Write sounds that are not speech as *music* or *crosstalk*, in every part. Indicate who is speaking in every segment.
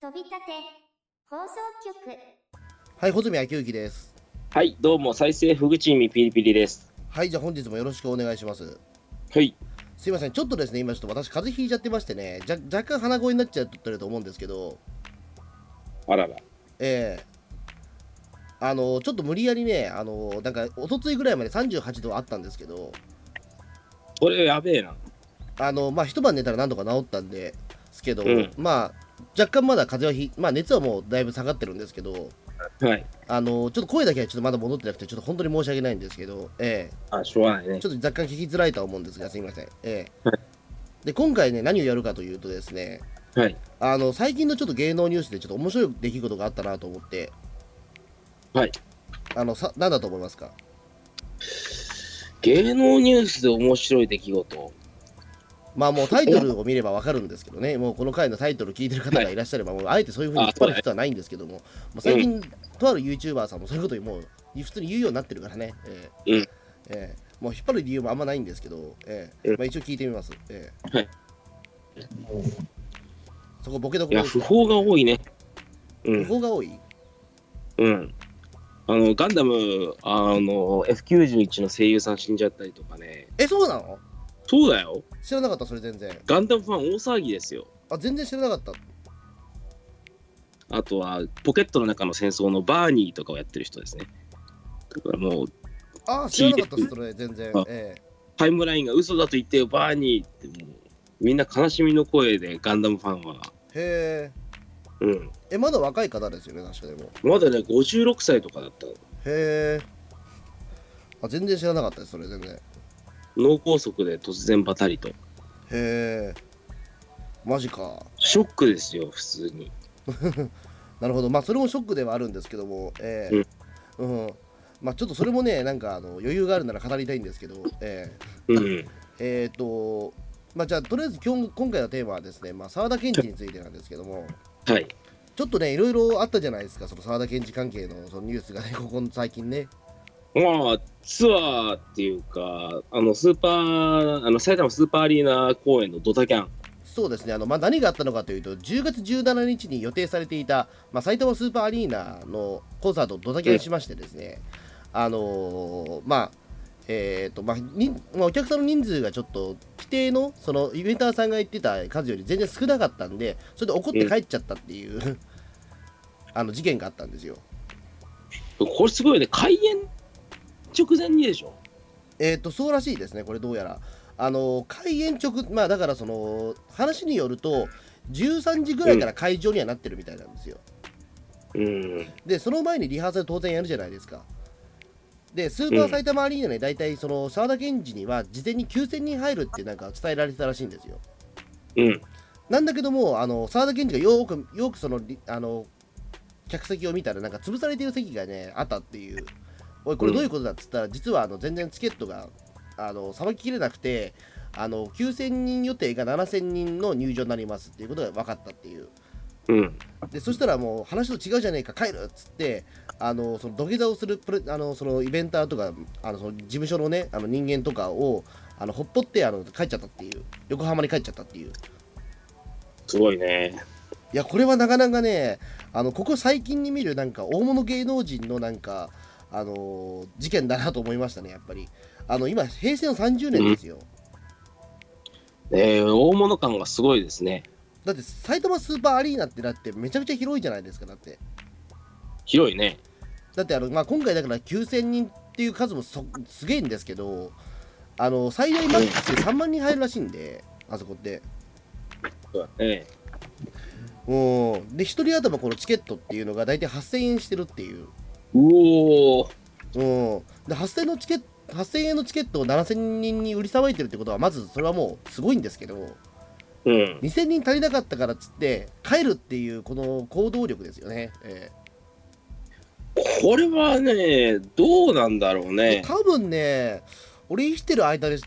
Speaker 1: 飛び立て放送局
Speaker 2: はい、穂積明之です。
Speaker 3: はい、どうも、再生フグチーミピリピリです。
Speaker 2: はい、じゃあ本日もよろしくお願いします。
Speaker 3: はい、
Speaker 2: すいません、ちょっとですね、今ちょっと私、風邪ひいちゃってましてね、じゃ若干鼻声になっちゃってると思うんですけど、
Speaker 3: あらら。
Speaker 2: ええあの、ちょっと無理やりね、あの、なんか、おとついぐらいまで38度あったんですけど、
Speaker 3: これやべえな。
Speaker 2: あの、まあ、一晩寝たらなんとか治ったんですけど、
Speaker 3: うん
Speaker 2: まあ、若干まだ風邪はひ、まあ、熱はもうだいぶ下がってるんですけど、
Speaker 3: はい。
Speaker 2: あの、ちょっと声だけはちょっとまだ戻ってなくて、ちょっと本当に申し訳ないんですけど、ええ
Speaker 3: あ、しょうがないね
Speaker 2: ち。ょっと若干聞きづらいとは思うんですが、すみません。ええ、で今回ね、何をやるかというとですね、
Speaker 3: はい。
Speaker 2: あの最近のちょっと芸能ニュースでちょっと面白い出来事があったなと思って、
Speaker 3: はい。
Speaker 2: あのさ何だと思いますか
Speaker 3: 芸能ニュースで面白い出来事。
Speaker 2: まあもうタイトルを見ればわかるんですけどね、もうこの回のタイトル聞いてる方がいらっしゃれば、もうあえてそういうふうに引っ張る必要はないんですけども、もう最近、とある YouTuber さんもそういうことにもう普通に言うようになってるからね、ええ
Speaker 3: うん
Speaker 2: ええもう引っ張る理由もあんまないんですけど、ええ
Speaker 3: うん
Speaker 2: まあ、一応聞いてみます。ええ
Speaker 3: はい
Speaker 2: そこボケどこ
Speaker 3: い
Speaker 2: ろ
Speaker 3: や、
Speaker 2: ですか
Speaker 3: 不法が多いね。う
Speaker 2: 不
Speaker 3: ん。
Speaker 2: 法が多い
Speaker 3: うん。あの、ガンダム、あの、F91 の声優さん死んじゃったりとかね。
Speaker 2: え、そうなの
Speaker 3: そうだよ。
Speaker 2: 知らなかった、それ全然。
Speaker 3: ガンダムファン大騒ぎですよ。
Speaker 2: あ、全然知らなかった。
Speaker 3: あとは、ポケットの中の戦争のバーニーとかをやってる人ですね。だからもう、
Speaker 2: あー、知らなかったっす、それ全然
Speaker 3: あ。
Speaker 2: え
Speaker 3: タイムラインが嘘だと言ってよ、バーニーってもう、みんな悲しみの声で、ガンダムファンは。
Speaker 2: えへ
Speaker 3: うん。
Speaker 2: え。え、まだ若い方ですよね、確かでも。
Speaker 3: まだね、56歳とかだったの。
Speaker 2: へえ。あ、全然知らなかったです、それ全然。へ
Speaker 3: 脳梗塞で突然バタリと。
Speaker 2: え。マジか。
Speaker 3: ショックですよ、普通に。
Speaker 2: なるほど。まあ、それもショックではあるんですけども、ええ。うん。まあ、ちょっとそれもね、なんかあの余裕があるなら語りたいんですけど、え
Speaker 3: うん。
Speaker 2: え。えっ、と、まあ、じゃあ、とりあえず今日今回のテーマはですね、まあ、沢田研二についてなんですけども、
Speaker 3: はい。
Speaker 2: ちょっとね、いろいろあったじゃないですか、その沢田研二関係のそのニュースがね、ここの最近ね。
Speaker 3: まあ、ツアーっていうか、あの、スーパー、あの、埼玉スーパーアリーナ公演のドタキャン。
Speaker 2: そうですね、あのまあ、何があったのかというと、10月17日に予定されていた、まあ、埼玉スーパーアリーナのコンサートをドタキャンしましてですね、あのーまあ、えーとまあにまあ、お客さんの人数がちょっと規定のそのイベンターさんが言ってた数より全然少なかったんでそれで怒って帰っちゃったっていう、 *laughs* あの事件があったんですよ。
Speaker 3: これすごいね、開演直前にでしょ。
Speaker 2: えー、とそうらしいですね、これどうやら。あの開演直、まあ、だからその話によると、13時ぐらいから会場にはなってるみたいなんですよ。
Speaker 3: うん。
Speaker 2: で、その前にリハーサル当然やるじゃないですか。で、スーパー埼玉アリーナで大体、その沢田研二には事前に9000人入るってなんか伝えられてたらしいんですよ。
Speaker 3: うん。
Speaker 2: なんだけども、あの沢田研二がよーく、よーくそのリあの客席を見たら、なんか潰されてる席がね、あったっていう、おい、これどういうことだっつったら、実はあの全然チケットがあのさばききれなくて、あの9000人予定が7000人の入場になりますっていうことが分かったっていう。
Speaker 3: うん。
Speaker 2: でそしたらもう話と違うじゃねえか帰るっつってあのその土下座をするプレあのそのイベンターとかあのその事務所のねあの人間とかをあのほっぽってあの帰っちゃったっていう横浜に帰っちゃったっていう
Speaker 3: すごいね。
Speaker 2: いやこれはなかなかねあのここ最近に見るなんか大物芸能人のなんかあの事件だなと思いましたねやっぱりあの今平成の30年ですよ、
Speaker 3: えー、大物感がすごいですね。
Speaker 2: だって埼玉スーパーアリーナってだってめちゃめちゃ広いじゃないですかだって
Speaker 3: 広いね。
Speaker 2: だってあの、まあ、今回だから9000人っていう数もそすげえんですけどあの最大マックスで3万人入るらしいんであそこって
Speaker 3: え
Speaker 2: うんで1人頭このチケットっていうのが大体8000円してるっていう
Speaker 3: うおー。
Speaker 2: うんで8000円のチケット8000円のチケットを7000人に売りさばいてるってことはまずそれはもうすごいんですけど
Speaker 3: うん。
Speaker 2: 2000人足りなかったからっつって帰るっていうこの行動力ですよね、え
Speaker 3: これはね、どうなんだろう
Speaker 2: え
Speaker 3: ね。
Speaker 2: 多分ね俺生きてる間です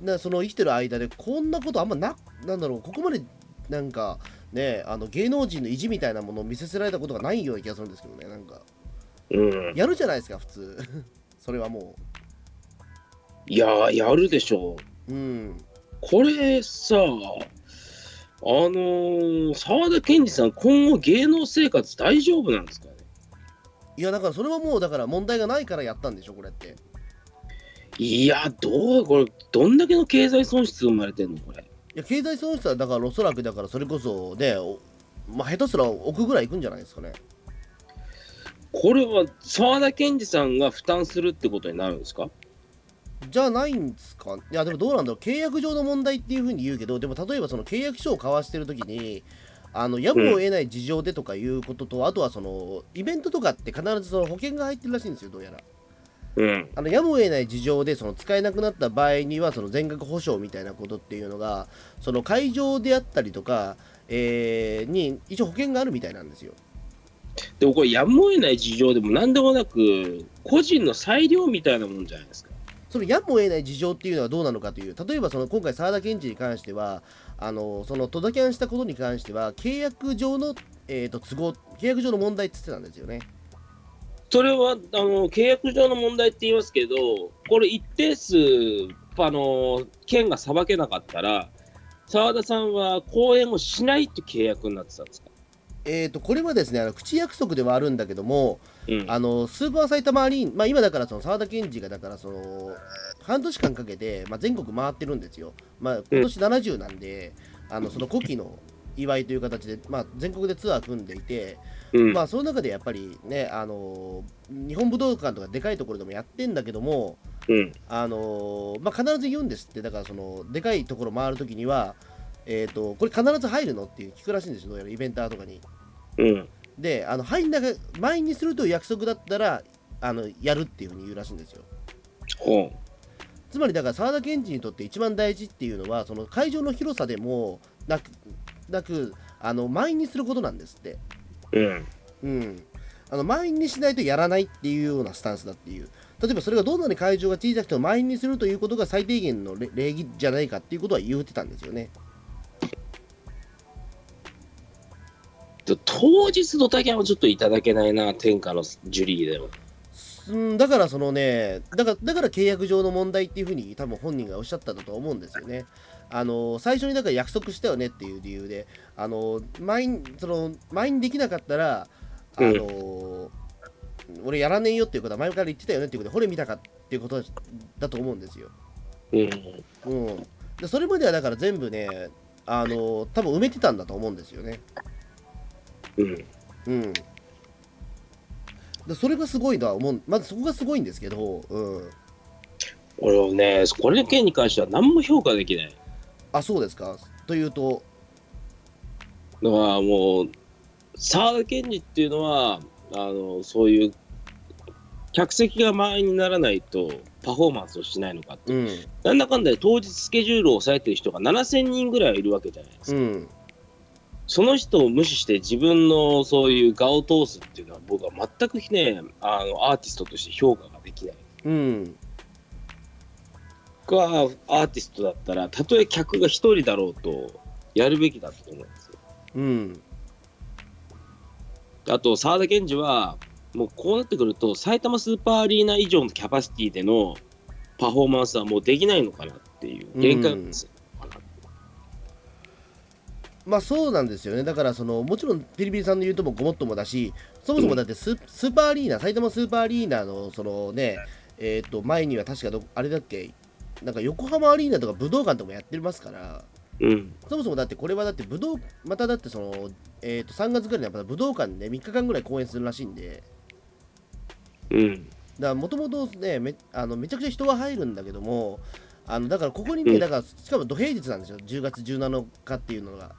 Speaker 2: うなその生きてる間でこんなことあんまななんだろうここまでなんかねあの芸能人の意地みたいなものを見せせられたことがないような気がするんですけどねなんか
Speaker 3: うん。
Speaker 2: やるじゃないですか普通 *laughs* それはも
Speaker 3: いやー、やるでしょう。
Speaker 2: ううん
Speaker 3: これさ、あのー、沢田研二さん、今後芸能生活大丈夫なんですかね
Speaker 2: いやだからそれはもうだから問題がないからやったんでしょこれって
Speaker 3: いや、どう、これ、どんだけの経済損失生まれてんの、これ。
Speaker 2: いや経済損失はだからおそらくだからそれこそねおまあ下手すら億ぐらいいくんじゃないですかね
Speaker 3: これは沢田研二さんが負担するってことになるんですか
Speaker 2: じゃないんですかいやでもどうなんだろう契約上の問題っていうふうに言うけどでも例えばその契約書を交わしてる時にあのやむを得ない事情でとかいうことと、あとはそのイベントとかって必ずその保険が入ってるらしいんですよどうやら
Speaker 3: うん。
Speaker 2: あのやむを得ない事情でその使えなくなった場合にはその全額保証みたいなことっていうのがその会場であったりとか、えーに一応保険があるみたいなんですよ
Speaker 3: でもこれ、やむを得ない事情でも何でもなく、個人の裁量みたいなもんじゃないですか。
Speaker 2: そのやむを得ない事情っていうのはどうなのかという、例えばその今回、沢田研二に関しては、あのそのトダキャンしたことに関しては、契約上の、えー、と都合、契約上の問題って言ってたんですよね。
Speaker 3: それはあの契約上の問題って言いますけど、これ、一定数あの、県が裁けなかったら、澤田さんは講演をしないって契約になってたんですか、
Speaker 2: えー、とこれはですねあの口約束ではあるんだけども、
Speaker 3: うん、
Speaker 2: あのスーパー埼玉アリーン、まあ、今だからその沢田研二がだからその半年間かけて、まあ、全国回ってるんですよ、まあ、今年70なんで、あのその古希の祝いという形で、まあ、全国でツアー組んでいて、
Speaker 3: うん
Speaker 2: まあその中でやっぱりね、あのー日本武道館とかでかいところでもやってんだけども、
Speaker 3: うん
Speaker 2: あのーまあ、必ず言うんですって、だからそのでかいところ回るときには、えーと、これ必ず入るのって聞くらしいんですよ、どうやらイベンターとかに。
Speaker 3: うん、
Speaker 2: で、あの入んなく前にするという約束だったらあのやるっていうふうに言うらしいんですよ。
Speaker 3: ほ
Speaker 2: つまりだから沢田研二にとって一番大事っていうのは、その会場の広さでもなく、なくあの満員にすることなんですって。
Speaker 3: う、うん、
Speaker 2: うん、あの満員にしないとやらないっていうようなスタンスだっていう例えばそれがどんなに会場が小さくても満員にするということが最低限のれ礼儀じゃないかっていうことは言ってたんですよね
Speaker 3: と当日ドタキャンはちょっといただけないな、天下のジュリーでも。
Speaker 2: うんだからそのねだからだから契約上の問題っていうふうに多分本人がおっしゃったんだと思うんですよねあの最初にだから約束したよねっていう理由であの満員その満員できなかったらあの、俺やらねえよっていうことは前から言ってたよねっていうことで惚れ見たかっていうことだと思うんですよ
Speaker 3: うん、
Speaker 2: うん、でそれまではだから全部ね、あの多分埋めてたんだと思うんですよね。
Speaker 3: うん、
Speaker 2: うん、でそれがすごいとは思う、まずそこがすごいんですけど、うん、
Speaker 3: 俺はね、これの件に関しては何も評価できない。だか
Speaker 2: あ、そうですか。というと、
Speaker 3: らもう、沢田研二っていうのは、あのそういう客席が満員にならないとパフォーマンスをしないのかって、
Speaker 2: うん、
Speaker 3: なんだかんだで当日スケジュールを抑えてる人が7000人ぐらいはいるわけじゃないですか
Speaker 2: うん、
Speaker 3: その人を無視して自分のそういう画を通すっていうのは僕は全くねあのアーティストとして評価ができない
Speaker 2: うん、
Speaker 3: 僕はアーティストだったらたとえ客が一人だろうとやるべきだと思うんですよ
Speaker 2: うん、
Speaker 3: あと沢田研二はもうこうなってくると埼玉スーパーアリーナ以上のキャパシティでのパフォーマンスはもうできないのかなっていう限界なんですよ、
Speaker 2: まあそうなんですよね。だからその、もちろんピリピリさんの言うともごもっともだし、そもそもだってス,、スーパーアリーナ、埼玉スーパーアリーナのそのね、えっ、と、前には確かど、あれだっけ、なんか横浜アリーナとか武道館とかもやってますから。
Speaker 3: うん
Speaker 2: そもそもだってこれはだって武道まただってその、えー、と3月ぐらいにはまた武道館で3日間ぐらい公演するらしいんで
Speaker 3: う
Speaker 2: だ
Speaker 3: ん
Speaker 2: からもともとねめあのめちゃくちゃ人が入るんだけどもあのだからここにねだからしかも土平日なんですよ10月17日っていうのが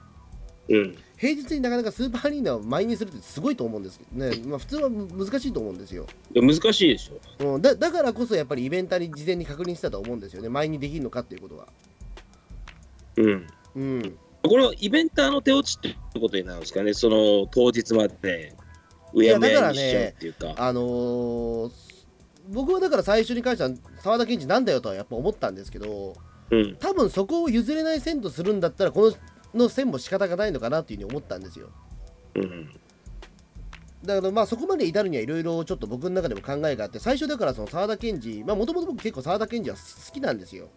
Speaker 3: うん
Speaker 2: 平日になかなかスーパーアリーナを満員にするってすごいと思うんですけどね、まあ、普通は難しいと思うんですよ、
Speaker 3: いや難しいでしょ
Speaker 2: うん、だだからこそやっぱりイベンターに事前に確認してたと思うんですよね満員にできるのかっていうことは
Speaker 3: うん
Speaker 2: うん
Speaker 3: これはイベンターの手落ちってことになるんですかね、その当日まで、う
Speaker 2: や
Speaker 3: やむ
Speaker 2: だから
Speaker 3: や
Speaker 2: ね
Speaker 3: にしちゃうっていうか。
Speaker 2: あのー僕はだから最初に関しては沢田研二なんだよとはやっぱ思ったんですけど
Speaker 3: うん、
Speaker 2: 多分そこを譲れない線とするんだったらこのの線も仕方がないのかなというふうに思ったんですよ
Speaker 3: うん、
Speaker 2: だからまあそこまで至るにはいろいろちょっと僕の中でも考えがあって最初だからその沢田研二まあもともと僕結構沢田研二は好きなんですよ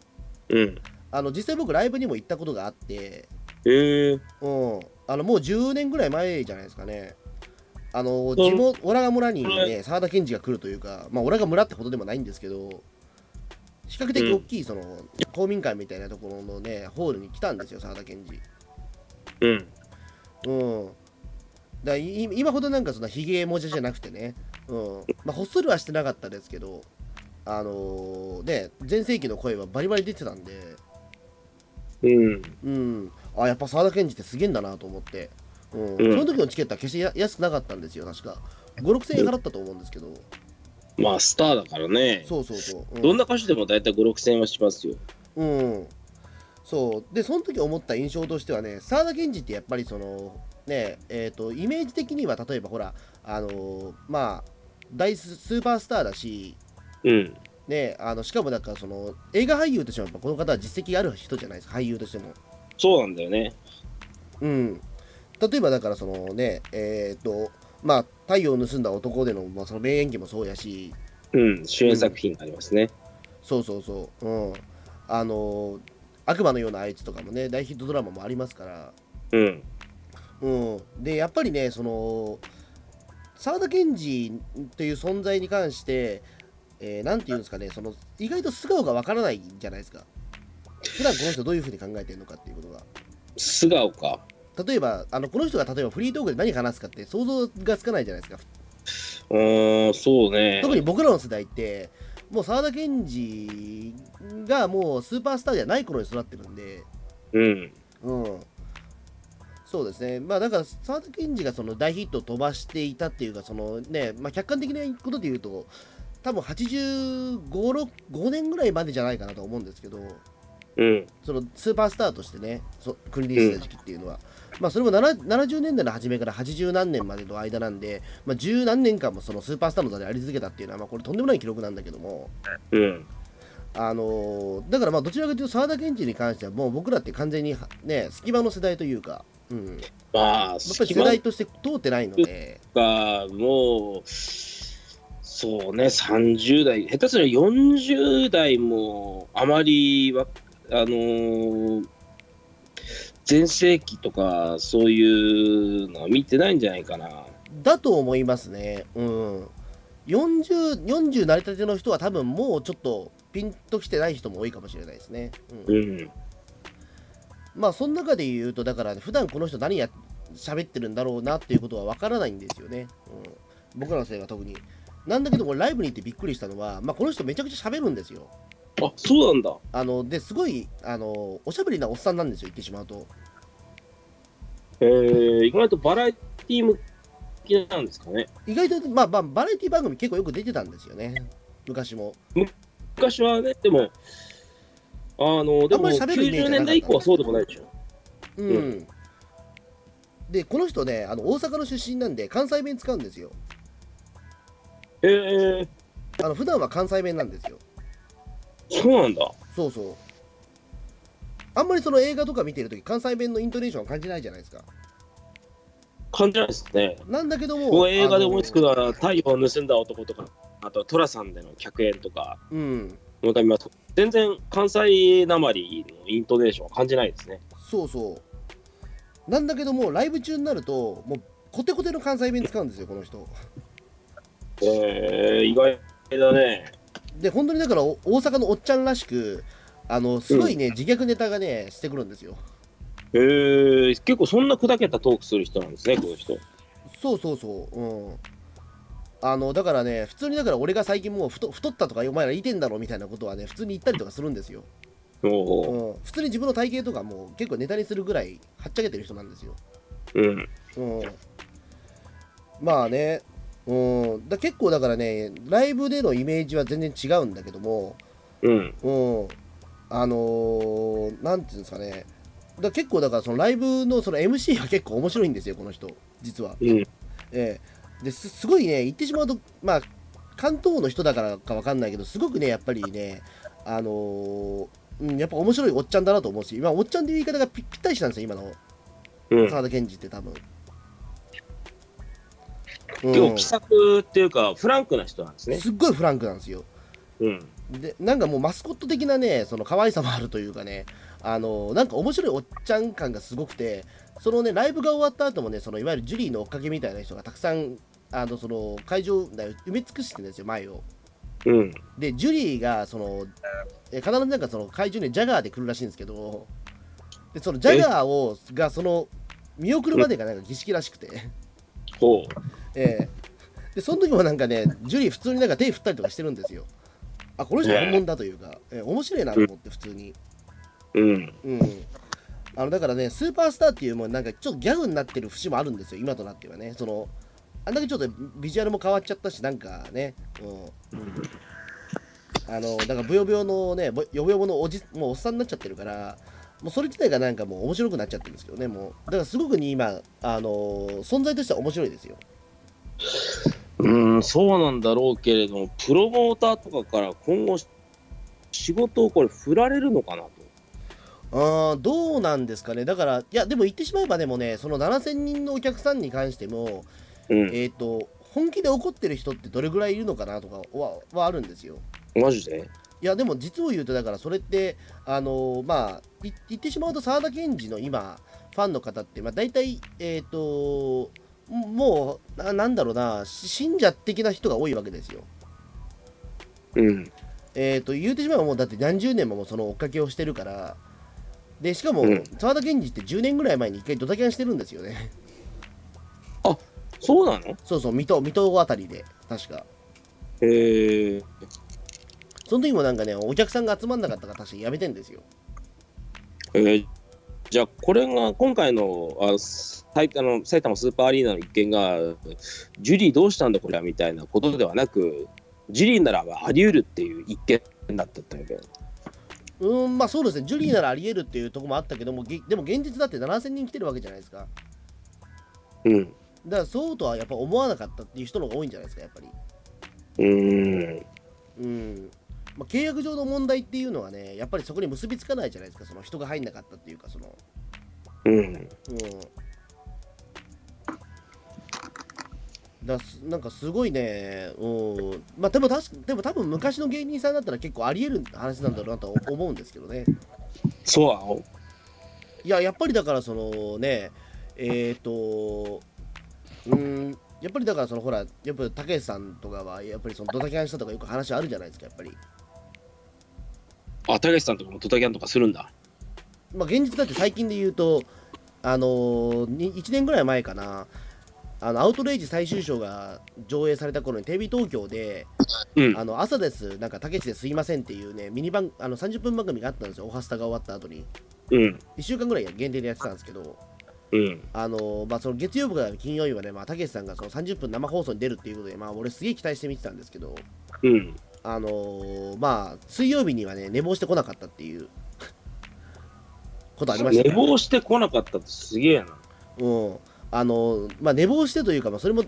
Speaker 3: うん、
Speaker 2: あの実際僕ライブにも行ったことがあって
Speaker 3: えー、
Speaker 2: うん、あのもう10年ぐらい前じゃないですかね。あの
Speaker 3: ん
Speaker 2: 地元オラが村に
Speaker 3: は
Speaker 2: ね澤田研二が来るというか、まあ、オラが村ってほどでもないんですけど比較的大きいその公民館みたいなところのねホールに来たんですよ澤田研二。
Speaker 3: うん。
Speaker 2: うん、だい今ほどなんかそのひげもじゃじゃなくてね、うんまあ、ほっそりはしてなかったですけど、あのーね全盛期の声はバリバリ出てたんで、
Speaker 3: うん。
Speaker 2: うん、あやっぱ沢田研二ってすげえんだなと思って、うん
Speaker 3: うん
Speaker 2: その時のチケットは決してや安くなかったんですよ確か56000円払ったと思うんですけど、
Speaker 3: まあ、スターだからね。
Speaker 2: そうそうそう、うん、
Speaker 3: どんな歌手でも大体5、6千円はしますよ。
Speaker 2: うんそうでその時思った印象としてはね沢田研二ってやっぱりそのねえー、とイメージ的には例えばほらあのーまあ大ススーパースターだし
Speaker 3: うん。
Speaker 2: ねあのしかもなんかその映画俳優としてもやっぱこの方は実績がある人じゃないですか俳優としても
Speaker 3: そうなんだよね。
Speaker 2: うん、例えばだからそのねえっ、とまあ「太陽を盗んだ男」での,、まあその名演技もそうやし
Speaker 3: うん。主演作品がありますね。
Speaker 2: そうそうそううんあの悪魔のようなあいつ」とかもね大ヒットドラマもありますから
Speaker 3: うん。
Speaker 2: うんでやっぱりねその沢田研二という存在に関してえーなんて言うんですかねその意外と素顔がわからないじゃないですか普段この人どういうふうに考えてるのかっていうことが
Speaker 3: 素顔か。
Speaker 2: 例えばあのこの人が例えばフリートークで何話すかって想像がつかないじゃないですか
Speaker 3: うーん、そうね。
Speaker 2: 特に僕らの世代ってもう沢田研二がもうスーパースターじゃない頃に育ってるんで
Speaker 3: うん。
Speaker 2: うんそうですねまあだから沢田研二がその大ヒットを飛ばしていたっていうかそのね、まあ、客観的なことで言うと多分855年ぐらいまでじゃないかなと思うんですけど
Speaker 3: うん。
Speaker 2: そのスーパースターとしてねそ君臨してた時期っていうのは、まあそれもなな70年代の初めから80何年までの間なんで、まあ、10何年間もそのスーパースターの座であり続けたっていうのは、まあ、これとんでもない記録なんだけども、
Speaker 3: うん。
Speaker 2: あのーだからまあどちらかというと沢田研二に関してはもう僕らって完全にね隙間の世代というか、うん、やっ
Speaker 3: まあ、
Speaker 2: ぱり
Speaker 3: 隙
Speaker 2: 世
Speaker 3: 間
Speaker 2: 代として通ってないので、
Speaker 3: がもう、そうね、30代、下手すりゃ40代もあまりわ、あのー全盛期とか、そういうのは見てないんじゃないかな。
Speaker 2: だと思いますね。うん40、40成り立ての人は多分もうちょっとピンときてない人も多いかもしれないですね。うん
Speaker 3: うん。
Speaker 2: まあその中で言うとだから普段この人何や喋ってるんだろうなっていうことはわからないんですよね、うん、僕らの世代は特になんだけどもライブに行ってびっくりしたのは、まあ、この人めちゃくちゃ喋るんですよ
Speaker 3: あ、そうなんだ。
Speaker 2: あのですごいあのおしゃべりなおっさんなんですよ言ってしまうと
Speaker 3: えー、意外とバラエティ向きなんですかね。
Speaker 2: 意外と、まあ、まあバラエティ番組結構よく出てたんですよね昔も
Speaker 3: 昔はね、でも、あの、で
Speaker 2: あんま
Speaker 3: も
Speaker 2: り喋るイメージなかった
Speaker 3: 90年代以降はそうでもないでしょ。
Speaker 2: うん、
Speaker 3: う
Speaker 2: でこの人ねあの大阪の出身なんで関西弁使うんですよ
Speaker 3: えー、
Speaker 2: あの普段は関西弁なんですよ
Speaker 3: そうなんだ。
Speaker 2: そうそう。あんまりその映画とか見てるとき、関西弁のイントネーションは感じないじゃないですか。
Speaker 3: 感じないですね。
Speaker 2: なんだけども、
Speaker 3: こう映画で思いつくの
Speaker 2: あの
Speaker 3: は、太陽を盗んだ男とか、あとは寅さんでの客演とか、
Speaker 2: うん、
Speaker 3: のためは全然関西なまりのイントネーションは感じないですね。
Speaker 2: そうそう。なんだけども、ライブ中になると、もうコテコテの関西弁使うんですよ、この人。
Speaker 3: えー、意外だね。
Speaker 2: で、本当にだから、お大阪のおっちゃんらしく、あのすごいね、自虐ネタがね、してくるんですよ。
Speaker 3: えー、結構そんな砕けたトークする人なんですね、この人。
Speaker 2: そうそうそう、うん。あのだからね、普通にだから俺が最近もう太太ったとかお前ら言いてんだろみたいなことはね、普通に言ったりとかするんですよ。
Speaker 3: おー
Speaker 2: うん、普通に自分の体型とかも結構ネタにするぐらいはっちゃけてる人なんですよ。
Speaker 3: うん。
Speaker 2: うん、まあね、うん、だ結構だからねライブでのイメージは全然違うんだけども、
Speaker 3: うん。
Speaker 2: うん、あのー、なんていうんですかねだ結構だからそのライブのその MC が結構面白いんですよこの人実は。
Speaker 3: うん。
Speaker 2: ええ、ですすごいね言ってしまうとまあ関東の人だからかわかんないけどすごくねやっぱりねあのーうん、やっぱ面白いおっちゃんだなと思うし今おっちゃんっていう言い方がぴぴったりしたんですよ今の
Speaker 3: うん。
Speaker 2: 沢田研二って多分、うん
Speaker 3: 結構気さくっていうか、フランクな人なんですね。
Speaker 2: すっごいフランクなんですよ
Speaker 3: うん。
Speaker 2: でなんかもうマスコット的なねその可愛さもあるというかねあのなんか面白いおっちゃん感がすごくてそのねライブが終わった後もねそのいわゆるジュリーの追っかけみたいな人がたくさんあのその会場内を埋め尽くしてるんですよ前を
Speaker 3: うん。
Speaker 2: でジュリーがそのえ必ずなんかその会場にジャガーで来るらしいんですけどでそのジャガーをがその見送るまでがなんか儀式らしくて
Speaker 3: ほ
Speaker 2: ええでその時もなんかねジュリー普通になんか手振ったりとかしてるんですよあこの人本物だというか、ええ面白いなと思って普通に
Speaker 3: う。うん。
Speaker 2: うんあのだからねスーパースターっていうもうなんかちょっとギャグになってる節もあるんですよ今となってはねそのあんだけちょっとビジュアルも変わっちゃったしなんかねうん、あのだからブヨブヨのねぼヨボヨボのおじもうおっさんになっちゃってるからもうそれ自体がなんかもう面白くなっちゃってるんですけどねもうだからすごくに今あの存在としては面白いですよ
Speaker 3: うん、そうなんだろうけれども、プロモーターとかから今後、仕事をこれ、振られるのかなと。
Speaker 2: あーどうなんですかね、だから、いや、でも言ってしまえば、でもね、その7000人のお客さんに関しても、
Speaker 3: うん、
Speaker 2: えっ、と、本気で怒ってる人ってどれぐらいいるのかなとかははあるんですよ。
Speaker 3: マジで
Speaker 2: いや、でも実を言うと、だからそれって、あのーまあ、い言ってしまうと、沢田研二の今、ファンの方って、まあ、大体、えっ、と、もうな、なんだろうな、し信者的な人が多いわけですよ。
Speaker 3: うん。
Speaker 2: えー、と言うてしまえばもうだって何十年ももうその追っかけをしてるからでしかも
Speaker 3: うん
Speaker 2: 沢田研二って10年ぐらい前に一回ドタキャンしてるんですよね *laughs*
Speaker 3: そうなの
Speaker 2: そうそう水戸水戸あたりで確か
Speaker 3: へえ。
Speaker 2: その時もなんかねお客さんが集まんなかったから確かやめてんですよ
Speaker 3: えーじゃあ、これが今回のあ埼あの埼玉スーパーアリーナの一件が、ジュリーどうしたんだ、これはみたいなことではなく、ジュリーならばあり得るっていう一件だったってわけ。
Speaker 2: うーんまあそうですねジュリーならあり得るっていうとこもあったけどもげでも現実だって7000人来てるわけじゃないですか
Speaker 3: うん。
Speaker 2: だからそうとはやっぱ思わなかったっていう人の方が多いんじゃないですかやっぱり
Speaker 3: うーん。
Speaker 2: うんまあ、契約上の問題っていうのはねやっぱりそこに結びつかないじゃないですかその人が入んなかったっていうかその
Speaker 3: うん。
Speaker 2: うん、だすなんかすごいね、うんまあ、でも確かでも多分昔の芸人さんだったら結構ありえる話なんだろうなと思うんですけどね。
Speaker 3: そうなの
Speaker 2: いややっぱりだからそのねえっ、とうんやっぱりだからそのほらやっぱりたけしさんとかはやっぱりそのドタキャンしたとかよく話あるじゃないですかやっぱり。
Speaker 3: あ、たけしさんとかもドタキャンとかするんだ。
Speaker 2: まあ、現実だって最近で言うと、あのー、1年ぐらい前かなあのアウトレイジ最終章が上映された頃にテレビ東京で
Speaker 3: う
Speaker 2: 「
Speaker 3: ん
Speaker 2: あ。の朝ですなんかたけしですいません」っていうねミニ番あの30分番組があったんですよ「おはスタ」が終わった後に
Speaker 3: うん。
Speaker 2: 1週間ぐらい限定でやってたんですけど、
Speaker 3: うん。
Speaker 2: あのーまあ、その月曜日から金曜日はねまあたけしさんがその30分生放送に出るっていうことで、まあ、俺すげえ期待して見てたんですけど、
Speaker 3: うん。
Speaker 2: あのーまあ、水曜日にはね寝坊してこなかったっていう *laughs* ことありました
Speaker 3: 寝
Speaker 2: ね。
Speaker 3: 坊してこなかったってすげえな。
Speaker 2: うん、あのまあ寝坊してというか、まあ、それも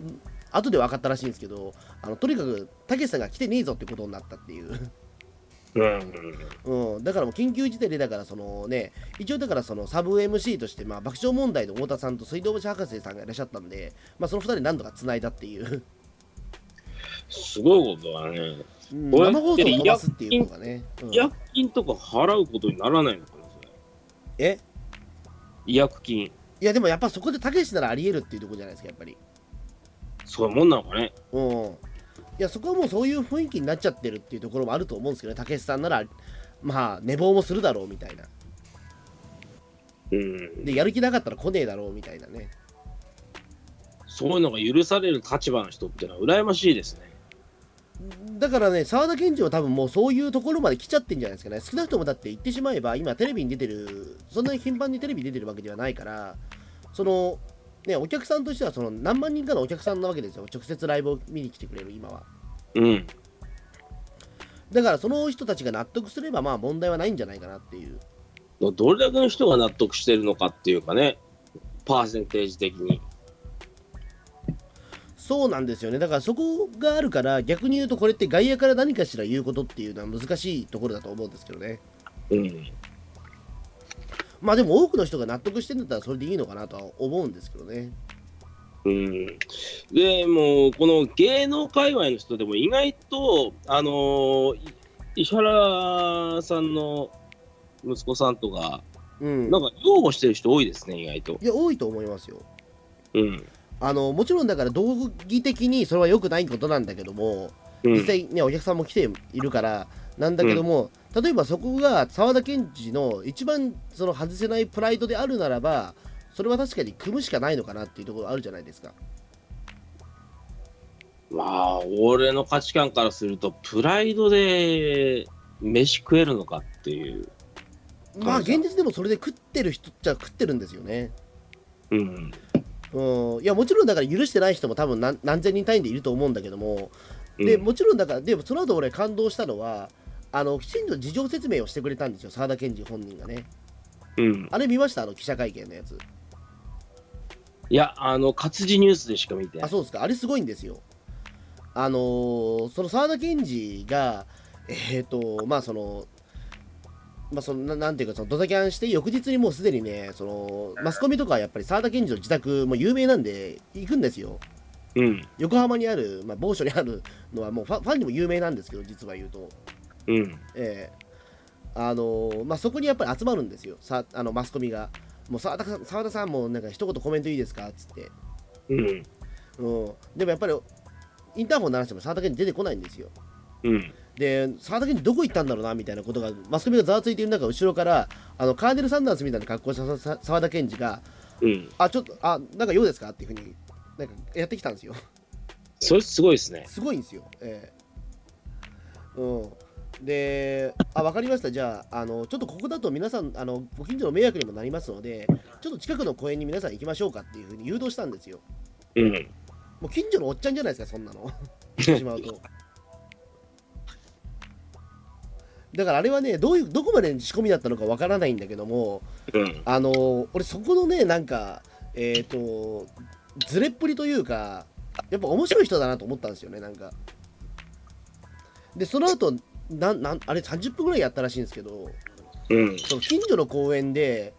Speaker 2: 後で分かったらしいんですけどあのとにかくたけしさんが来てねえぞってことになったっていう、 *laughs*
Speaker 3: うん。
Speaker 2: うん、だからもう緊急事態でだからそのね一応だからそのサブ MC として、まあ、爆笑問題の太田さんと水道橋博士さんがいらっしゃったんで、まあ、その2人何度かつないだっていう、
Speaker 3: すごいことだね。
Speaker 2: うん
Speaker 3: こ
Speaker 2: *laughs*
Speaker 3: れ
Speaker 2: 生放送を飛ばすっていうのがね、うん
Speaker 3: 違約金とか払うことにならないのかな、それ。
Speaker 2: え
Speaker 3: 違約金。
Speaker 2: いやでもやっぱそこでたけしならありえるっていうところじゃないですかやっぱり
Speaker 3: そういうもんなのかね。
Speaker 2: うん、いやそこはもうそういう雰囲気になっちゃってるっていうところもあると思うんですけどねたけしさんならまあ寝坊もするだろうみたいな
Speaker 3: うん。
Speaker 2: でやる気なかったら来ねえだろうみたいなね
Speaker 3: そういうのが許される立場の人ってのは羨ましいですね。
Speaker 2: だからね沢田研二は多分もうそういうところまで来ちゃってんじゃないですかね少なくともだって言ってしまえば今テレビに出てるそんなに頻繁にテレビ出てるわけではないからそのねお客さんとしてはその何万人かのお客さんなわけですよ直接ライブを見に来てくれる今は
Speaker 3: うん。
Speaker 2: だからその人たちが納得すればまあ問題はないんじゃないかなっていう
Speaker 3: どれだけの人が納得してるのかっていうかね、パーセンテージ的に。
Speaker 2: そうなんですよねだからそこがあるから逆に言うとこれって外野から何かしら言うことっていうのは難しいところだと思うんですけどね
Speaker 3: うん。
Speaker 2: まあでも多くの人が納得してんだったらそれでいいのかなとは思うんですけどね
Speaker 3: うん、でもうこの芸能界隈の人でも意外と、あのーい石原さんの息子さんとか、
Speaker 2: うん、
Speaker 3: なんか擁護してる人多いですね、意外と。
Speaker 2: いや多いと思いますよ
Speaker 3: うん。
Speaker 2: あのもちろんだから道義的にそれは良くないことなんだけども、
Speaker 3: うん
Speaker 2: 実際ねお客さんも来ているからなんだけども、例えばそこが沢田研二の一番その外せないプライドであるならばそれは確かに組むしかないのかなっていうところあるじゃないですか
Speaker 3: まあ、俺の価値観からすると、プライドで飯食えるのかっていう。
Speaker 2: まあ
Speaker 3: そうそう
Speaker 2: 現実でもそれで食ってる人っちゃ食ってるんですよね
Speaker 3: うん。
Speaker 2: うんいやもちろんだから許してない人も多分何何千人単位でいると思うんだけども
Speaker 3: うん
Speaker 2: でもちろんだからでもその後俺感動したのはあのきちんと事情説明をしてくれたんですよ沢田研二本人がね
Speaker 3: うん、
Speaker 2: あれ見ましたあの記者会見のやつ
Speaker 3: いや、あの、活字ニュースでしか見てな
Speaker 2: あ
Speaker 3: い。
Speaker 2: そうですかあれすごいんですよあのーその沢田研二がえっ、とまあそのまあそのななんていうかそのドタキャンして翌日にもうすでにねそのマスコミとかはやっぱり沢田研二の自宅も有名なんで行くんですよ
Speaker 3: うん。
Speaker 2: 横浜にある、まあ、某所にあるのはもうファンファンにも有名なんですけど実は言うと
Speaker 3: うん。
Speaker 2: ええあのまあ、そこにやっぱり集まるんですよ、さあのマスコミが。もう澤田さん澤田さんもなんか一言コメントいいですかっつって、
Speaker 3: うん。
Speaker 2: うん、でもやっぱりインターホン鳴らしても澤田健出てこないんですよ。
Speaker 3: うん。
Speaker 2: で、澤田健どこ行ったんだろうなみたいなことが、マスコミがざわついている中、後ろからあのカーネル・サンダースみたいな格好したささ澤田健二が、
Speaker 3: うん。
Speaker 2: あ、ちょっと、あ、なんか用ですかっていうふうになんかやってきたんですよ。
Speaker 3: それすごいですね。
Speaker 2: すごいんですよ。ええうん、で、あ、わかりました、じゃああの、ちょっとここだと皆さんあの、ご近所の迷惑にもなりますので、ちょっと近くの公園に皆さん行きましょうかっていうふうに誘導したんですよ。
Speaker 3: うん。
Speaker 2: もう近所のおっちゃんじゃないですか、そんなの。してしまうと。だからあれはねどういう、どこまで仕込みだったのかわからないんだけども、
Speaker 3: うん。
Speaker 2: あの俺、そこのね、なんか、えっ、と、ずれっぷりというか、やっぱ面白い人だなと思ったんですよね、なんか。で、その後なんなんあれ、30分ぐらいやったらしいんですけど、
Speaker 3: うん。
Speaker 2: その近所の公園で、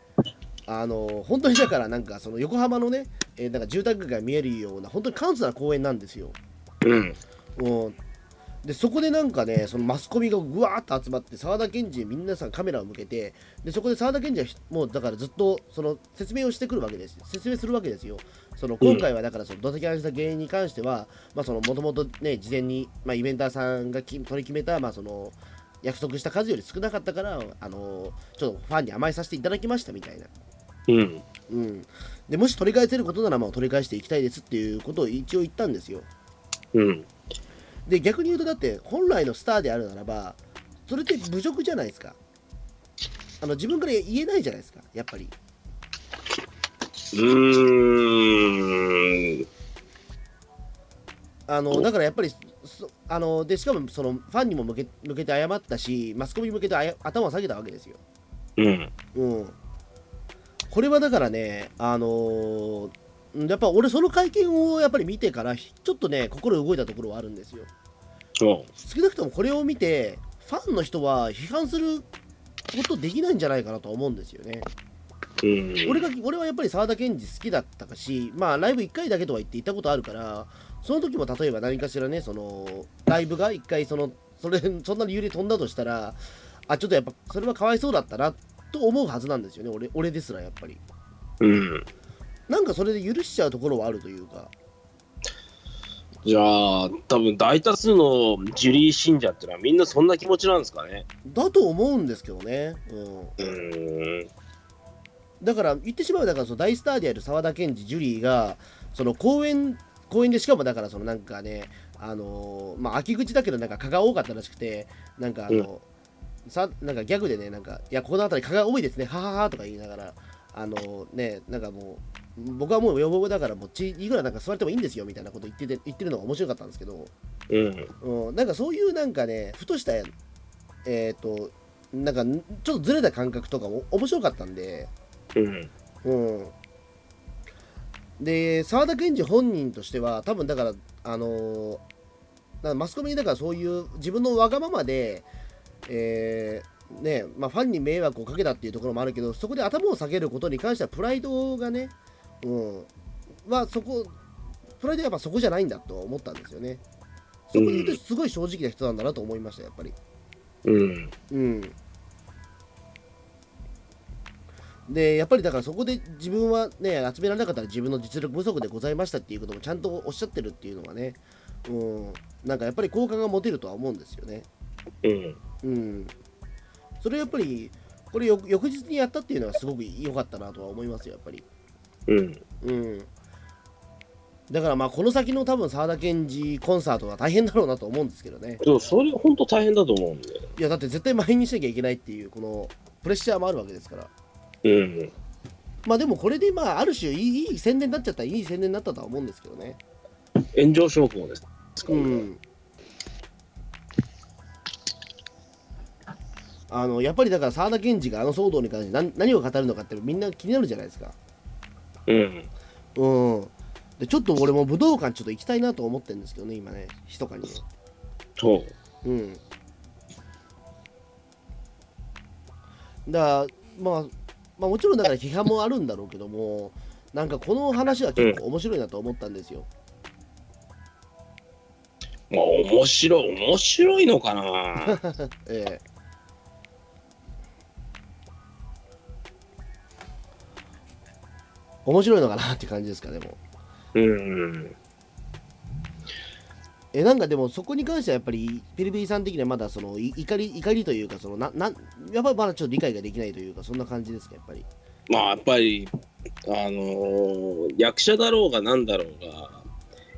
Speaker 2: あの本当にだから、なんか、その横浜のね、えーなんか住宅街が見えるような、本当に簡素な公園なんですよ。
Speaker 3: うん。
Speaker 2: うんでそこでなんかねそのマスコミがぐわーっと集まって沢田研二にみんなさんカメラを向けてでそこで沢田研二はひもうだからずっとその説明をしてくるわけです説明するわけですよその今回はだからそのドタキャンした原因に関してはもともとね事前に、まあ、イベンターさんがき取り決めた、まあ、その約束した数より少なかったからあのちょっとファンに甘えさせていただきましたみたいな
Speaker 3: うん。
Speaker 2: うんでもし取り返せることならまあ取り返していきたいですっていうことを一応言ったんですよ
Speaker 3: うん。
Speaker 2: で逆に言うとだって本来のスターであるならばそれって侮辱じゃないですかあの自分から言えないじゃないですかやっぱり
Speaker 3: うーん。
Speaker 2: あのだからやっぱりそあのでしかもそのファンにも向け向けて謝ったしマスコミに向けてあや頭を下げたわけですよ
Speaker 3: うん。
Speaker 2: うんこれはだからねあのーうんやっぱ俺その会見をやっぱり見てからひちょっとね心動いたところはあるんですよ
Speaker 3: そ
Speaker 2: 少なくともこれを見てファンの人は批判することできないんじゃないかなとは思うんですよね
Speaker 3: う。うん。
Speaker 2: 俺が俺はやっぱり沢田研二好きだったし、まあ、ライブ1回だけとは言って行ったことあるからその時も例えば何かしらねそのライブが1回そのそれそんな理由で飛んだとしたらあちょっとやっぱそれはかわいそうだったなと思うはずなんですよね俺俺ですらやっぱり
Speaker 3: うん。
Speaker 2: なんかそれで許しちゃうところはあるというか
Speaker 3: じゃあ、多分大多数のジュリー信者ってのはみんなそんな気持ちなんですかね。
Speaker 2: だと思うんですけどね、うん、
Speaker 3: うーん。
Speaker 2: だから言ってしまえばだからその大スターである沢田研二ジュリーがその公演公演でしかもだからそのなんかねあのーまあ秋口だけどなんか蚊が多かったらしくてなんかあの、さなんかギャグでねなんかいやこの辺り蚊が多いですねはははとか言いながらあのーねなんかもう僕はもう予防だからもうちいくらなんか座ってもいいんですよみたいなこと言ってて言ってるのが面白かったんですけど、
Speaker 3: うん。
Speaker 2: うん、なんかそういうなんかねふとしたえっ、となんかちょっとずれた感覚とかも面白かったんで。
Speaker 3: うん。
Speaker 2: うん、で澤田研二本人としては多分だからあのーだからマスコミにだからそういう自分のわがままで、えーねまあ、ファンに迷惑をかけたっていうところもあるけどそこで頭を下げることに関してはプライドがね、うん、はそこプライドはやっぱそこじゃないんだと思ったんですよね。そこに言うとすごい正直な人なんだなと思いましたやっぱり。
Speaker 3: うん。
Speaker 2: うん、でやっぱりだからそこで自分はね集められなかったら自分の実力不足でございましたっていうこともちゃんとおっしゃってるっていうのはね、うん、なんかやっぱり好感が持てるとは思うんですよね。
Speaker 3: うん。
Speaker 2: うん、それやっぱりこれよ翌日にやったっていうのはすごく良かったなとは思いますよやっぱり。
Speaker 3: うん。
Speaker 2: うんだからまあこの先の多分沢田研二コンサートは大変だろうなと思うんですけどね。
Speaker 3: そうそれ本当大変だと思うんで。
Speaker 2: いやだって絶対毎日しなきゃいけないっていうこのプレッシャーもあるわけですから。
Speaker 3: うん。
Speaker 2: まあでもこれでまあある種いいいい宣伝になっちゃったらいい宣伝になったとは思うんですけどね。
Speaker 3: 炎上商法です。
Speaker 2: うん。あのやっぱりだから沢田研二があの騒動に関して何何を語るのかってみんな気になるじゃないですか。
Speaker 3: うん。
Speaker 2: うん。でちょっと俺も武道館ちょっと行きたいなと思ってるんですけどね今ね密かにね。
Speaker 3: そう。
Speaker 2: うん。だからまあまあもちろんだから批判もあるんだろうけどもなんかこの話は結構面白いなと思ったんですよ。
Speaker 3: まあ面白い、面白いのかな
Speaker 2: *laughs* ええ面白いのかなって感じですかでも
Speaker 3: うん。
Speaker 2: えなんかでもそこに関してはやっぱりピリピリさん的にはまだそのい怒り怒りというかそのななんやっぱりまだちょっと理解ができないというかそんな感じですかやっぱり
Speaker 3: まあやっぱり、あのー役者だろうがなんだろうが、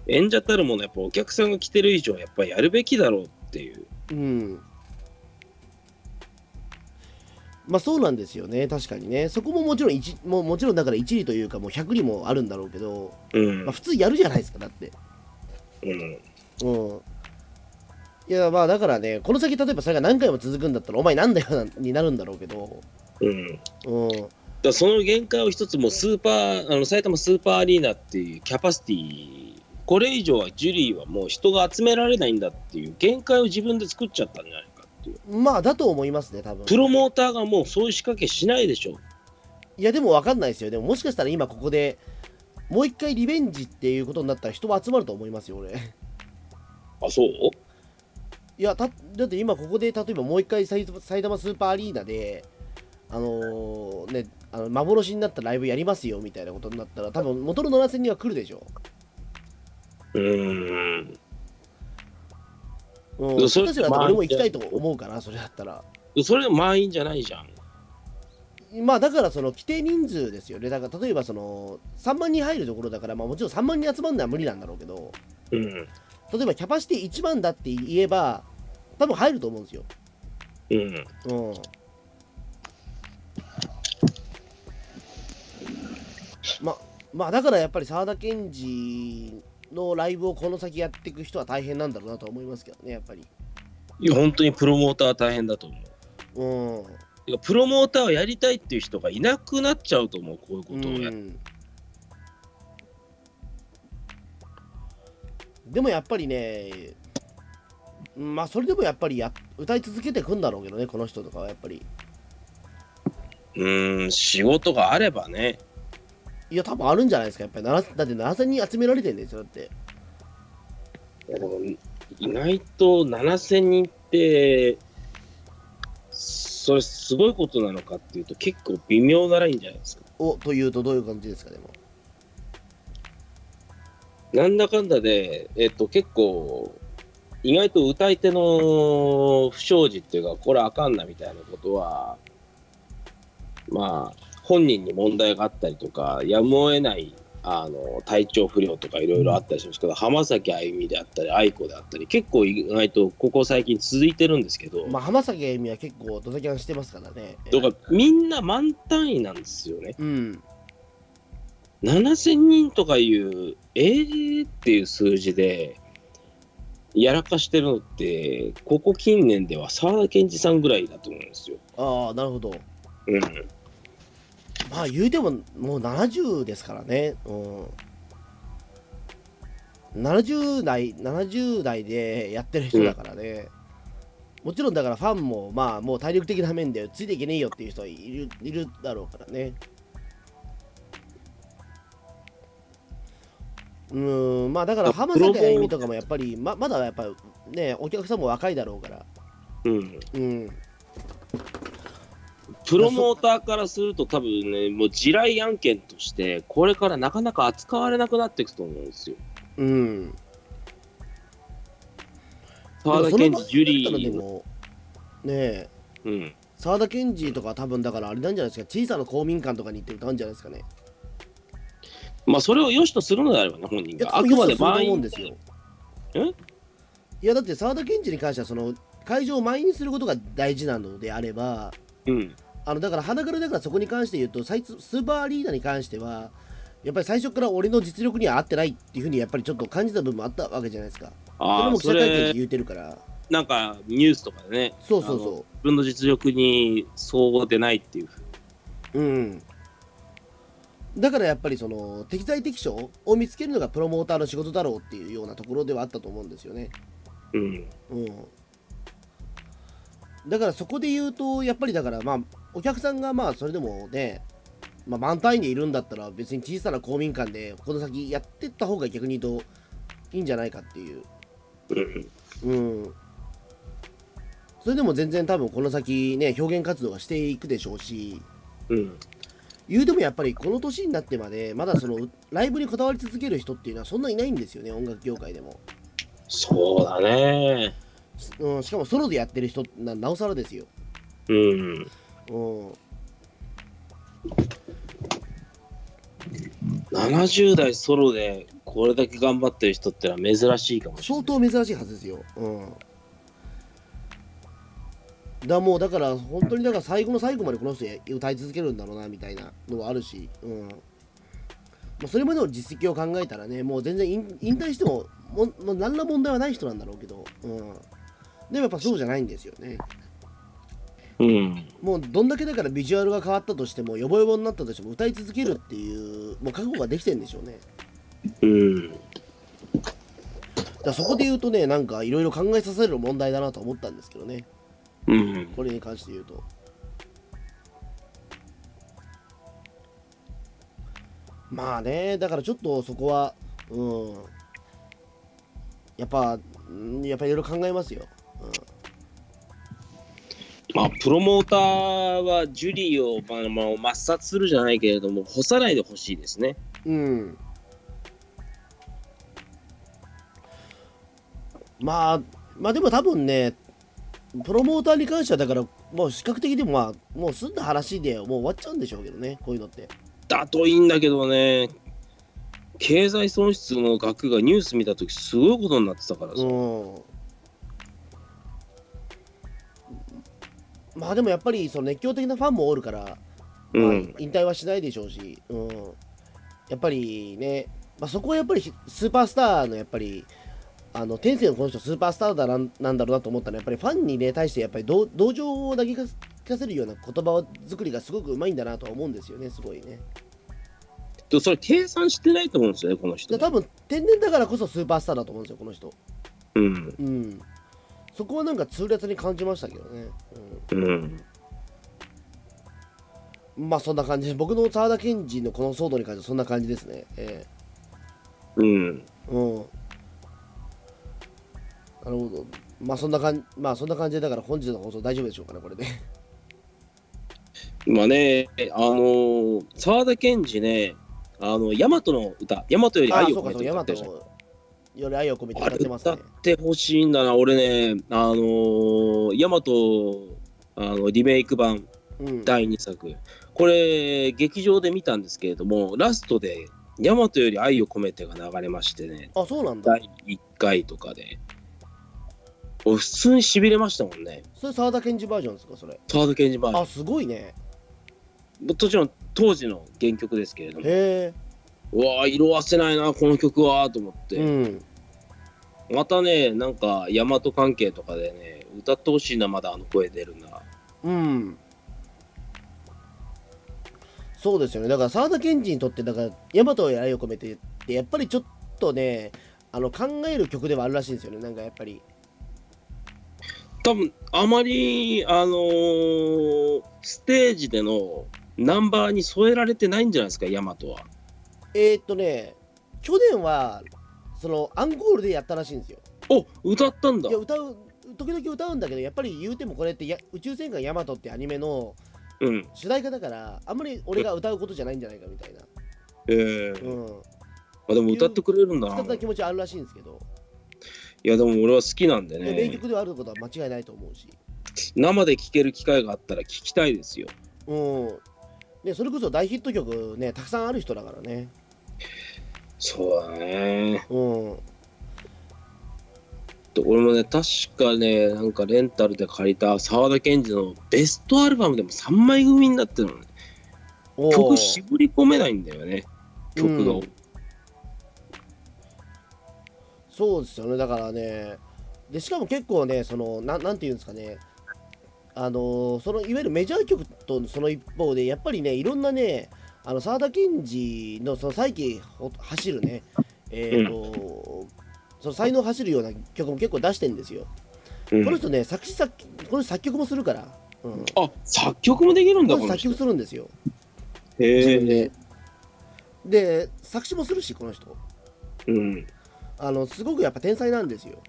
Speaker 3: 演者たるもの、やっぱお客さんが来てる以上、やっぱりやるべきだろうっていう。
Speaker 2: うんまあそうなんですよね確かにねそこももちろん一もうもちろんだから一理というかもう100理もあるんだろうけど、
Speaker 3: うん
Speaker 2: まあ、。普通やるじゃないですかだって
Speaker 3: うん。
Speaker 2: うん。いや、まあだからね、この先、例えばそれが何回も続くんだったら、お前なんだよなになるんだろうけど、
Speaker 3: うん。だか
Speaker 2: うん。
Speaker 3: らその限界を一つもうスーパー、あの埼玉スーパーアリーナっていうキャパシティ、これ以上はジュリーはもう人が集められないんだっていう限界を自分で作っちゃったんじゃないかっていう。
Speaker 2: まあ、だと思いますね、多分
Speaker 3: プロモーターがもうそういう仕掛けしないでしょ。
Speaker 2: いや、でも分かんないですよ。でも、もしかしたら今ここでもう一回リベンジっていうことになったら人は集まると思いますよ、俺。い
Speaker 3: あ、そう
Speaker 2: や、ただって今ここで、例えばもう一回埼埼玉スーパーアリーナで、あのーね、あの幻になったライブやりますよみたいなことになったら、多分元の7000人は来るでしょ。
Speaker 3: うーん
Speaker 2: うん、
Speaker 3: そ
Speaker 2: そ
Speaker 3: れ
Speaker 2: れだったら俺も行きたいと思うから、それだったら。
Speaker 3: それ満員じゃないじゃん。
Speaker 2: まあだからその規定人数ですよね、だから例えばその3万人入るところだから、まあ、もちろん3万人集まるのは無理なんだろうけど、
Speaker 3: うん。
Speaker 2: 例えばキャパシティ1万だって言えば、多分入ると思うんですよ。
Speaker 3: うん。
Speaker 2: うん、ままあだからやっぱり沢田研二のライブをこの先やっていく人は大変なんだろうなと思いますけどね、やっぱり。
Speaker 3: いや、本当にプロモーターは大変だと思
Speaker 2: う
Speaker 3: う。
Speaker 2: ん、
Speaker 3: てかプロモーターをやりたいっていう人がいなくなっちゃうと思う、こういうことをやっ
Speaker 2: うんでもやっぱりねうんまあそれでもやっぱりや歌い続けてくんだろうけどねこの人とかはやっぱり
Speaker 3: うーん、仕事があればね。
Speaker 2: いや多分あるんじゃないですかやっぱりならだって7000人集められてんですよだって
Speaker 3: いやでも意外と7000人って、それすごいことなのかっていうと、結構微妙なラインじゃないですか。
Speaker 2: おというとどういう感じですかでも
Speaker 3: なんだかんだで、えっと、結構、意外と歌い手の不祥事っていうか、これあかんなみたいなことは、まあ、本人に問題があったりとか、やむを得ないあの体調不良とかいろいろあったりしますけど、浜崎あゆみであったり、愛子であったり、結構意外とここ最近続いてるんですけど、
Speaker 2: まあ浜崎あゆみは結構ドタキャンしてますからね
Speaker 3: とかみんな満単位なんですよね。
Speaker 2: うん
Speaker 3: 7000人とかいう、えーっていう数字で、やらかしてるのって、ここ近年では沢田研二さんぐらいだと思うんですよ。
Speaker 2: ああなるほど
Speaker 3: うん。
Speaker 2: まあ言うてももう70ですからね、うん、70代70代でやってる人だからね、もちろんだからファンもまあもう体力的な面でついていけねえよっていう人はいるいるだろうからねうんまあだから浜崎あゆみとかもやっぱりままだやっぱねお客さんも若いだろうから
Speaker 3: うん、
Speaker 2: うん、
Speaker 3: プロモーターからすると、多分ね、もう地雷案件として、これからなかなか扱われなくなっていくと思うんですよ。
Speaker 2: うん、
Speaker 3: 沢
Speaker 2: で
Speaker 3: 田研
Speaker 2: も
Speaker 3: 二、
Speaker 2: その
Speaker 3: ジ
Speaker 2: 前
Speaker 3: ュ
Speaker 2: だ
Speaker 3: リ
Speaker 2: ったらで
Speaker 3: ーの、
Speaker 2: もねえ
Speaker 3: うん、
Speaker 2: 沢田研二とか多分だからあれなんじゃないですか小さな公民館とかに行って歌うんじゃないですかね
Speaker 3: まあ、それを良しとするのであればね、本人
Speaker 2: いや
Speaker 3: が。
Speaker 2: 多
Speaker 3: あ
Speaker 2: 分
Speaker 3: く
Speaker 2: 今は
Speaker 3: ま
Speaker 2: そ
Speaker 3: で
Speaker 2: うだと
Speaker 3: 満
Speaker 2: 思う
Speaker 3: 員
Speaker 2: んですよ
Speaker 3: え
Speaker 2: いやだって沢田研二に関してはその会場を満員にすることが大事なのであれば
Speaker 3: うん、
Speaker 2: あのだから花からだからそこに関して言うと最初スーパーアリーナに関してはやっぱり最初から俺の実力には合ってないっていうふうにやっぱりちょっと感じた部分もあったわけじゃないですかそれ
Speaker 3: ああ、
Speaker 2: も記
Speaker 3: そ
Speaker 2: 者会見で
Speaker 3: れ、
Speaker 2: 言うてるから
Speaker 3: なんかニュースとかでね、
Speaker 2: そうそう
Speaker 3: あの
Speaker 2: そ
Speaker 3: 自分の実力に相応でないっていう。
Speaker 2: ううんだからやっぱりその適材適所を見つけるのがプロモーターの仕事だろうっていうようなところではあったと思うんですよね
Speaker 3: うん、
Speaker 2: うん、だからそこで言うとやっぱりだからまあお客さんがまあそれでもね、まあ、満単位でいるんだったら別に小さな公民館でこの先やってった方が逆に言うといいんじゃないかっていう、
Speaker 3: うん、
Speaker 2: うん、それでも全然多分この先ね表現活動はしていくでしょうし
Speaker 3: うん、
Speaker 2: 言うてもやっぱりこの年になってまでまだそのライブにこだわり続ける人っていうのはそんないないんですよね音楽業界でも、
Speaker 3: そうだね。
Speaker 2: うん、しかもソロでやってる人ななおさらですよ
Speaker 3: うん、
Speaker 2: うん
Speaker 3: 70代ソロでこれだけ頑張ってる人ってのは珍しいかもしれ
Speaker 2: 相
Speaker 3: ない。
Speaker 2: 当珍しいはずですよ。うん。だもうだから本当にだから最後の最後までこの人歌い続けるんだろうなみたいなのはあるし、うん。まあ、それまでの実績を考えたらね、もう全然引引退してももん、もう何ら問題はない人なんだろうけど、うん。でもやっぱそうじゃないんですよね。
Speaker 3: うん、
Speaker 2: もうどんだけだからビジュアルが変わったとしても、ヨボヨボになったとしても歌い続けるっていう、もう覚悟ができてるんでしょうね。
Speaker 3: うん、
Speaker 2: だからそこで言うとね、なんかいろいろ考えさせる問題だなと思ったんですけどね。
Speaker 3: うん。
Speaker 2: これに関して言うと。まあね、だからちょっとそこは、うん、やっぱ、うんやっぱいろいろ考えますよ。
Speaker 3: まあ、プロモーターはジュリーを、まあまあ、抹殺するじゃないけれども、干さないでほしいですね。
Speaker 2: うん。まあ、まあでも多分ね、プロモーターに関しては、だから、もう視覚的でも、まあ、もう済んだ話でもう終わっちゃうんでしょうけどね、こういうのって。
Speaker 3: だといいんだけどね、経済損失の額がニュース見たとき、すごいことになってたからさ。
Speaker 2: うん、まあでもやっぱりその熱狂的なファンもおるから、
Speaker 3: う
Speaker 2: まあ
Speaker 3: ん、
Speaker 2: 引退はしないでしょうし、うん、やっぱりね、まあ、そこはやっぱりスーパースターのやっぱりあの天性のこの人スーパースターだななんだろうなと思ったのはやっぱりファンに、ね、対してやっぱり同同情を投げかせるような言葉作りがすごくうまいんだなとは思うんですよね、すごいね。
Speaker 3: でそれ、計算してないと思うんですよね、この
Speaker 2: で
Speaker 3: 人。
Speaker 2: 多分天然だからこそスーパースターだと思うんですよ、この人。
Speaker 3: うん、
Speaker 2: うん、そこはなんか痛烈に感じましたけどね。うん
Speaker 3: うん、
Speaker 2: まあそんな感じです僕の沢田研二のこの騒動に関してはそんな感じですね。え
Speaker 3: うん。
Speaker 2: えうん。なるほど。まあそんな感じ、まあそんな感じでだから本日の放送大丈夫でしょうかね、こ
Speaker 3: *laughs*
Speaker 2: れで。
Speaker 3: 今ね、あのー沢田研二ね、あの、ヤマトの歌、ヤマトより
Speaker 2: ああ、
Speaker 3: 愛
Speaker 2: そう
Speaker 3: を
Speaker 2: か
Speaker 3: 込
Speaker 2: そう、
Speaker 3: めて
Speaker 2: ヤ
Speaker 3: 歌
Speaker 2: マ
Speaker 3: って
Speaker 2: ト
Speaker 3: るじゃん
Speaker 2: より愛を込めて
Speaker 3: あ
Speaker 2: 歌
Speaker 3: れ
Speaker 2: ってます
Speaker 3: 歌っ
Speaker 2: ね。
Speaker 3: てほしいんだな、俺ね、あのー、ヤマトあのリメイク版
Speaker 2: うん。
Speaker 3: 第2作、これ、劇場で見たんですけれども、ラストで、ヤマトより愛を込めてが流れましてね、
Speaker 2: あ、そうなんだ。
Speaker 3: 第1回とかで、俺普通に痺れましたもんね、
Speaker 2: それ沢田研二バージョンですか、それ。
Speaker 3: 沢田研二版、
Speaker 2: あ、すごいね。
Speaker 3: もちろん当時の原曲ですけれども、
Speaker 2: へ
Speaker 3: うわー、色あせないな、この曲はと思っ
Speaker 2: え。
Speaker 3: て。
Speaker 2: うん。
Speaker 3: またね、なんか、大和関係とかでね、歌ってほしいな、まだあの声出るな。
Speaker 2: うん。そうですよね。だから沢田研二にとって、だから、ヤマトへ愛を込めてって、やっぱりちょっとね、あの考える曲ではあるらしいんですよね。なんかやっぱり。
Speaker 3: 多分あまり、あのーステージでのナンバーに添えられてないんじゃないですか、大和は。
Speaker 2: えー、っとね、去年は、そのアンコールでやったらしいんですよ。
Speaker 3: お歌ったんだ
Speaker 2: いや、。歌う時々歌うんだけどやっぱり言うてもこれってや宇宙戦艦ヤマトってアニメの
Speaker 3: うん。
Speaker 2: 主題歌だからあんまり俺が歌うことじゃないんじゃないかみたいな、
Speaker 3: えー
Speaker 2: うん、
Speaker 3: あでも歌ってくれるんだな。
Speaker 2: 複雑ない気持ちはあるらしいんですけど、
Speaker 3: や、でも俺は好きなんで
Speaker 2: で名
Speaker 3: ね。
Speaker 2: 曲ではあることは間違いないと思うし、
Speaker 3: 生で聴ける機会があったら聴きたいですよ。
Speaker 2: うんね、それこそ大ヒット曲ねたくさんある人だからね、
Speaker 3: そうだね。
Speaker 2: うん、
Speaker 3: 俺もね、確かね、なんかレンタルで借りた沢田研二のベストアルバムでも3枚組になってるのね。
Speaker 2: おー
Speaker 3: 曲絞り込めないんだよね。曲が。
Speaker 2: うんそうですよねだからねでしかも結構ねそのななんていうんですかねあのーそのいわゆるメジャー曲とその一方でやっぱりねいろんなねあの沢田研二のその再起を走るねえーと、その才能を走るような曲も結構出してんですよ、
Speaker 3: うん
Speaker 2: この人ね作詞作この人作曲もするから、うん、こ
Speaker 3: あ、作曲もできるんだ、
Speaker 2: の
Speaker 3: こ
Speaker 2: 人
Speaker 3: の
Speaker 2: 作
Speaker 3: 人
Speaker 2: 曲。するんですよ自
Speaker 3: へ
Speaker 2: 分
Speaker 3: え。
Speaker 2: でで作詞もするしこの人
Speaker 3: うん。
Speaker 2: あのすごくやっぱ天才なんですよ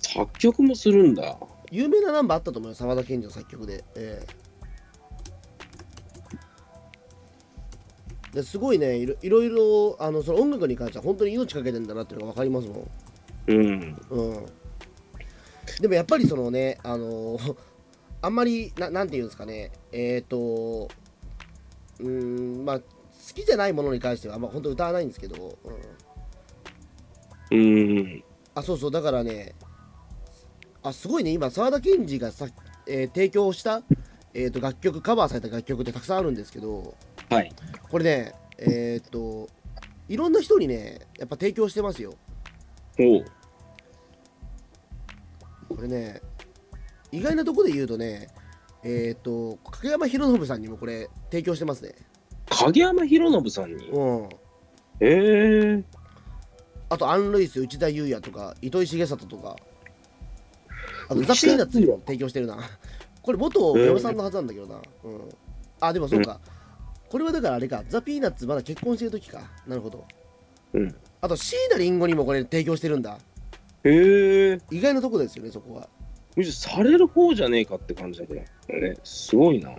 Speaker 3: 作曲もするんだ。
Speaker 2: 有名なナンバーあったと思うよ沢田研二の作曲で、ええですごいねいろいろいろあのその音楽に関しては本当に命かけてんだなっていうのが分かりますもん
Speaker 3: うん。
Speaker 2: うんでもやっぱりそのねあの *laughs* あんまりななんていうんですかねえっ、とうーんまあ好きじゃないものに関してはあんま本当歌わないんですけど、うん、
Speaker 3: うん。
Speaker 2: あそうそうだからねあすごいね今沢田研二がさ、えー提供した、えー、と楽曲カバーされた楽曲ってたくさんあるんですけど
Speaker 3: はい。
Speaker 2: これねえっ、といろんな人にねやっぱ提供してますよ
Speaker 3: おう。
Speaker 2: これね意外なとこで言うとねえっ、と影山博信さんにもこれ提供してますね
Speaker 3: 影山博信さんに。
Speaker 2: うん
Speaker 3: へえ。
Speaker 2: あとアン・ルイス内田裕也とか糸井重里とかあとザ・ピーナッツにも提供してるな *laughs* これ元嫁さんのはずなんだけどな、うん、あでもそうか、これはだからあれかザ・ピーナッツまだ結婚してる時かなるほど
Speaker 3: うん。
Speaker 2: あと椎名林檎にもこれ提供してるんだ
Speaker 3: へえ。
Speaker 2: 意外なとこですよねそこは
Speaker 3: むしろされる方じゃねえかって感じだけどねすごいな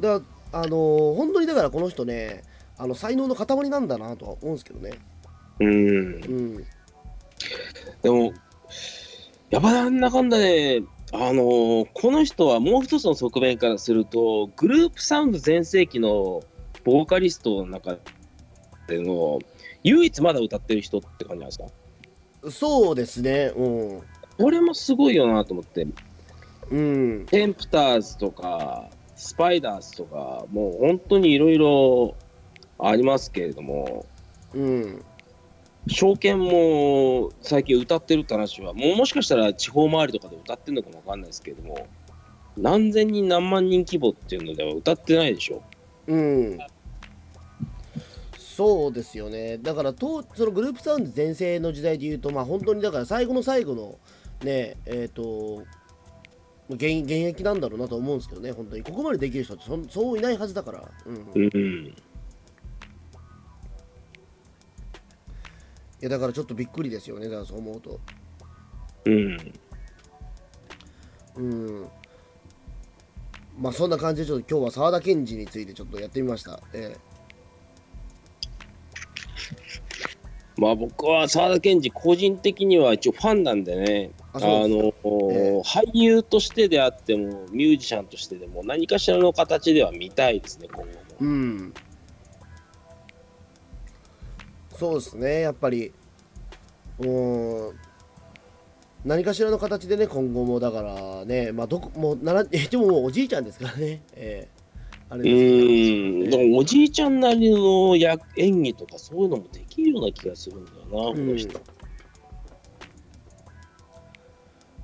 Speaker 2: うんだあのー本当にだからこの人ねあの才能の塊なんだなとは思うんですけどね
Speaker 3: うんで
Speaker 2: うん
Speaker 3: もやっぱなんだかんだねあのーこの人はもう一つの側面からするとグループサウンド全盛期のボーカリストの中での唯一まだ歌ってる人って感じなんですか
Speaker 2: そうですねうん
Speaker 3: これもすごいよなと思って
Speaker 2: うん
Speaker 3: テンプターズとかスパイダーズとかもう本当にいろいろありますけれども
Speaker 2: うん
Speaker 3: 証券も最近歌ってるって話はもうもしかしたら地方周りとかで歌ってるのかもわかんないですけれども何千人何万人規模っていうのでは歌ってないでしょ
Speaker 2: うん、そうですよね、だから当そのグループサウンド全盛の時代でいうと、まあ、本当にだから最後の最後の、ねえー、と現現役なんだろうなと思うんですけどね、本当にここまでできる人ってそんそういないはずだから、うんい
Speaker 3: うん
Speaker 2: やだからちょっとびっくりですよね、だからそう思うと。
Speaker 3: うん
Speaker 2: うんまあそんな感じでちょっと今日は沢田研二についてちょっとやってみました。え
Speaker 3: まあ僕は沢田研二個人的には一応ファンなんでね
Speaker 2: あ
Speaker 3: あ
Speaker 2: そうです
Speaker 3: の、
Speaker 2: え
Speaker 3: 俳優としてであってもミュージシャンとしてでも何かしらの形では見たいですね今後も
Speaker 2: えうん、そうですねやっぱりうーん何かしらの形でね今後もだからねまあどこもうなら *laughs* でももうおじいちゃんですからねええあれ
Speaker 3: う
Speaker 2: です
Speaker 3: んでもおじいちゃんなりの役演技とかそういうのもできるような気がするんだよなこの人
Speaker 2: うんけ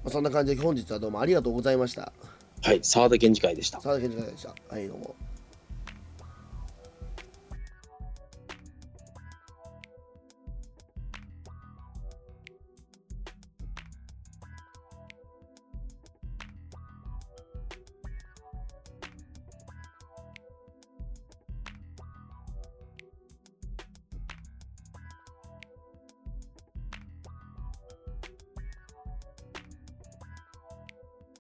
Speaker 2: どそんな感じで本日はどうもありがとうございました
Speaker 3: はい、沢田研二会でした。
Speaker 2: 沢田研二でしたはいどうも